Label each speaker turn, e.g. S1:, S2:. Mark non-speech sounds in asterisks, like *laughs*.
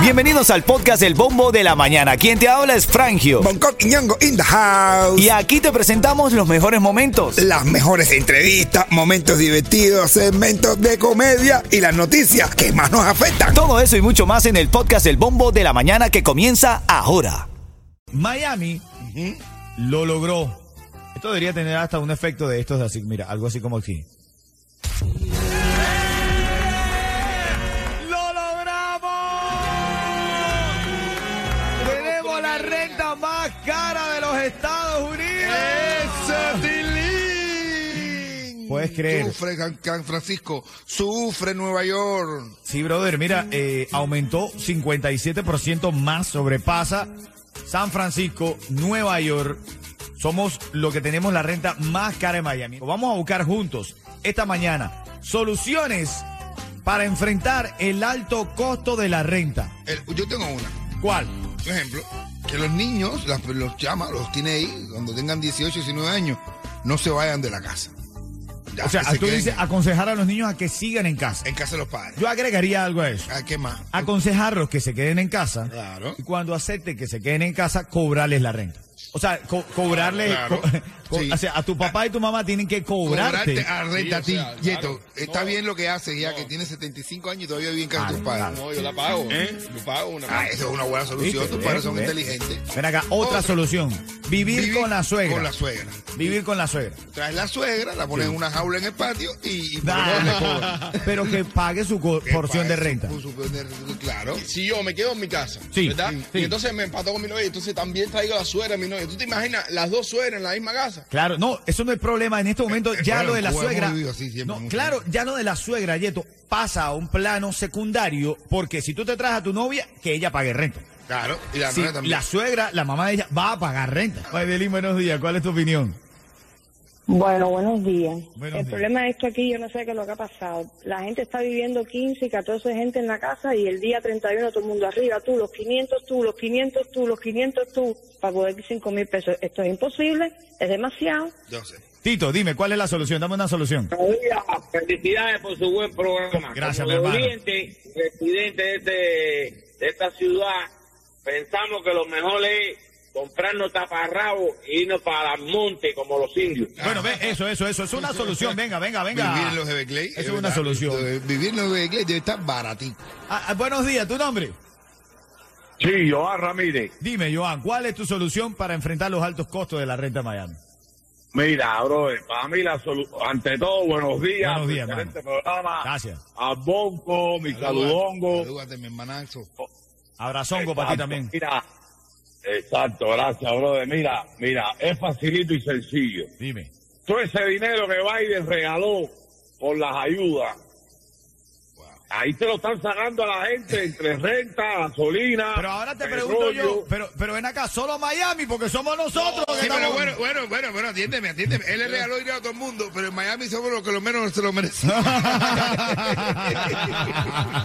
S1: Bienvenidos al podcast El Bombo de la Mañana. Quien te habla es Frangio.
S2: Bangkok y Ñongo in the house.
S1: Y aquí te presentamos los mejores momentos.
S2: Las mejores entrevistas, momentos divertidos, segmentos de comedia y las noticias que más nos afectan.
S1: Todo eso y mucho más en el podcast El Bombo de la Mañana que comienza ahora. Miami lo logró. Esto debería tener hasta un efecto de estos así, mira, algo así como aquí. ¡Lo logramos! Tenemos la renta más cara de los Estados Unidos. Puedes creer.
S3: Sufre San, San Francisco, sufre Nueva York.
S1: Sí, brother, mira, eh, aumentó 57% más, sobrepasa San Francisco, Nueva York. Somos lo que tenemos la renta más cara en Miami. Vamos a buscar juntos esta mañana soluciones para enfrentar el alto costo de la renta.
S3: El- yo tengo una.
S1: ¿Cuál?
S3: Un ejemplo, que los niños, las- los chamas, los ahí, cuando tengan 18, 19 años, no se vayan de la casa. Ya,
S1: O sea,
S3: Ah, que se
S1: tú
S3: queden Eh,
S1: dices aconsejar a los niños a que sigan en casa.
S3: en casa de los padres.
S1: Yo agregaría algo a eso.
S3: Ah, ¿Qué más?
S1: Aconsejarlos que se queden en casa.
S3: Claro.
S1: Y cuando acepten que se queden en casa, cobrarles la renta. O sea, co- cobrarles.
S3: Ah, Claro,
S1: co- co-
S3: sí.
S1: o sea, a tu papá y tu mamá tienen que cobrarte.
S3: Cobrarte ah, a renta
S4: Sí, o
S3: a
S4: sea,
S3: ti, Yeto.
S4: claro.
S3: Está
S4: No.
S3: bien lo que haces ya que tienes 75 años y todavía vives en casa de tus
S1: Claro,
S3: padres.
S4: No, yo la pago.
S1: ¿Eh?
S4: Yo pago una.
S3: Ah, esa es una buena solución.
S1: ¿Viste?
S3: Tus padres
S1: Ven,
S3: son
S1: ven.
S3: inteligentes.
S1: Ven acá, otra
S3: Otra.
S1: solución. Vivir,
S3: Vivir
S1: con la suegra.
S3: Con la suegra.
S1: Vivir con la suegra.
S3: Traes la suegra, la pones en una jaula en el patio y, y por
S1: Nah, *laughs*
S3: favor, le cobras.
S1: pero que pague su co-
S3: Que
S1: porción
S3: pague
S1: de
S3: su-
S1: renta.
S3: su- su- de- claro.
S4: Si yo me quedo en mi casa,
S1: Sí,
S4: ¿verdad?
S1: sí.
S4: Y entonces me empató con mi novia, entonces también traigo la suegra de mi novia. ¿Tú te imaginas las dos suegras en la misma casa?
S1: Claro, no, eso no es problema. En este momento
S3: Eh, eh,
S1: ya
S3: bueno,
S1: lo de la
S3: Cuba hemos
S1: suegra.
S3: vivido así siempre,
S1: No,
S3: mucho.
S1: claro, ya lo de la suegra, Yeto, pasa a un plano secundario porque si tú te traes a tu novia, que ella pague renta.
S3: Claro. Y la
S1: Si
S3: nuera también.
S1: la suegra, la mamá de ella, va a pagar renta. Evelyn, buenos días. ¿Cuál es tu opinión?
S5: Bueno, buenos días.
S1: Buenos
S5: el
S1: días.
S5: problema es que aquí yo no sé qué es lo que ha pasado. La gente está viviendo 15, 14 gente en la casa y el día 31 todo el mundo arriba, tú los 500, tú los 500, tú los 500, tú, para poder 5 mil pesos. Esto es imposible, es demasiado.
S3: Yo sé.
S1: Tito, dime, ¿cuál es la solución? Dame una solución.
S3: Ah.
S6: Oiga, felicidades por su buen programa.
S1: Gracias,
S6: Como
S1: mi hermano.
S6: doliente, residente de, este- de esta ciudad, pensamos que lo mejor es comprarnos taparrabos e irnos para el monte como los indios.
S1: Bueno, ve, eso, eso, eso. Es una solución. Venga, venga, venga.
S3: Vivir en Pues los de Beclay.
S1: Eso es una solución.
S3: Vivir en los de Beclay debe estar baratito.
S1: Ah, ah, buenos días, ¿tu nombre?
S7: Sí, Joan Ramírez.
S1: Dime, Joan, ¿cuál es tu solución para enfrentar los altos costos de la renta en Miami?
S7: Mira, brother, para mí la solución, ante todo, buenos días.
S1: Buenos días,
S7: excelente este programa.
S1: Gracias.
S7: A Bonco, mi saludongo.
S3: Salúdate, mi hermanazo.
S1: Abrazongo para ti también.
S7: Mira, exacto, gracias, brother. Mira, mira, es facilito y sencillo.
S1: Dime.
S7: Todo ese dinero que Biden regaló por las ayudas, ahí te lo están sacando a la gente entre renta, gasolina.
S1: Pero ahora te pregunto yo,
S7: petróleo.
S1: pero, pero ven acá, solo Miami, porque somos nosotros. que
S3: Sí, pero
S1: estamos-
S3: bueno, bueno, bueno, bueno, atiéndeme, atiéndeme. Él le regaló dinero
S1: *laughs*
S3: a *laughs* todo el mundo, pero en Miami somos los que lo menos se lo merecen.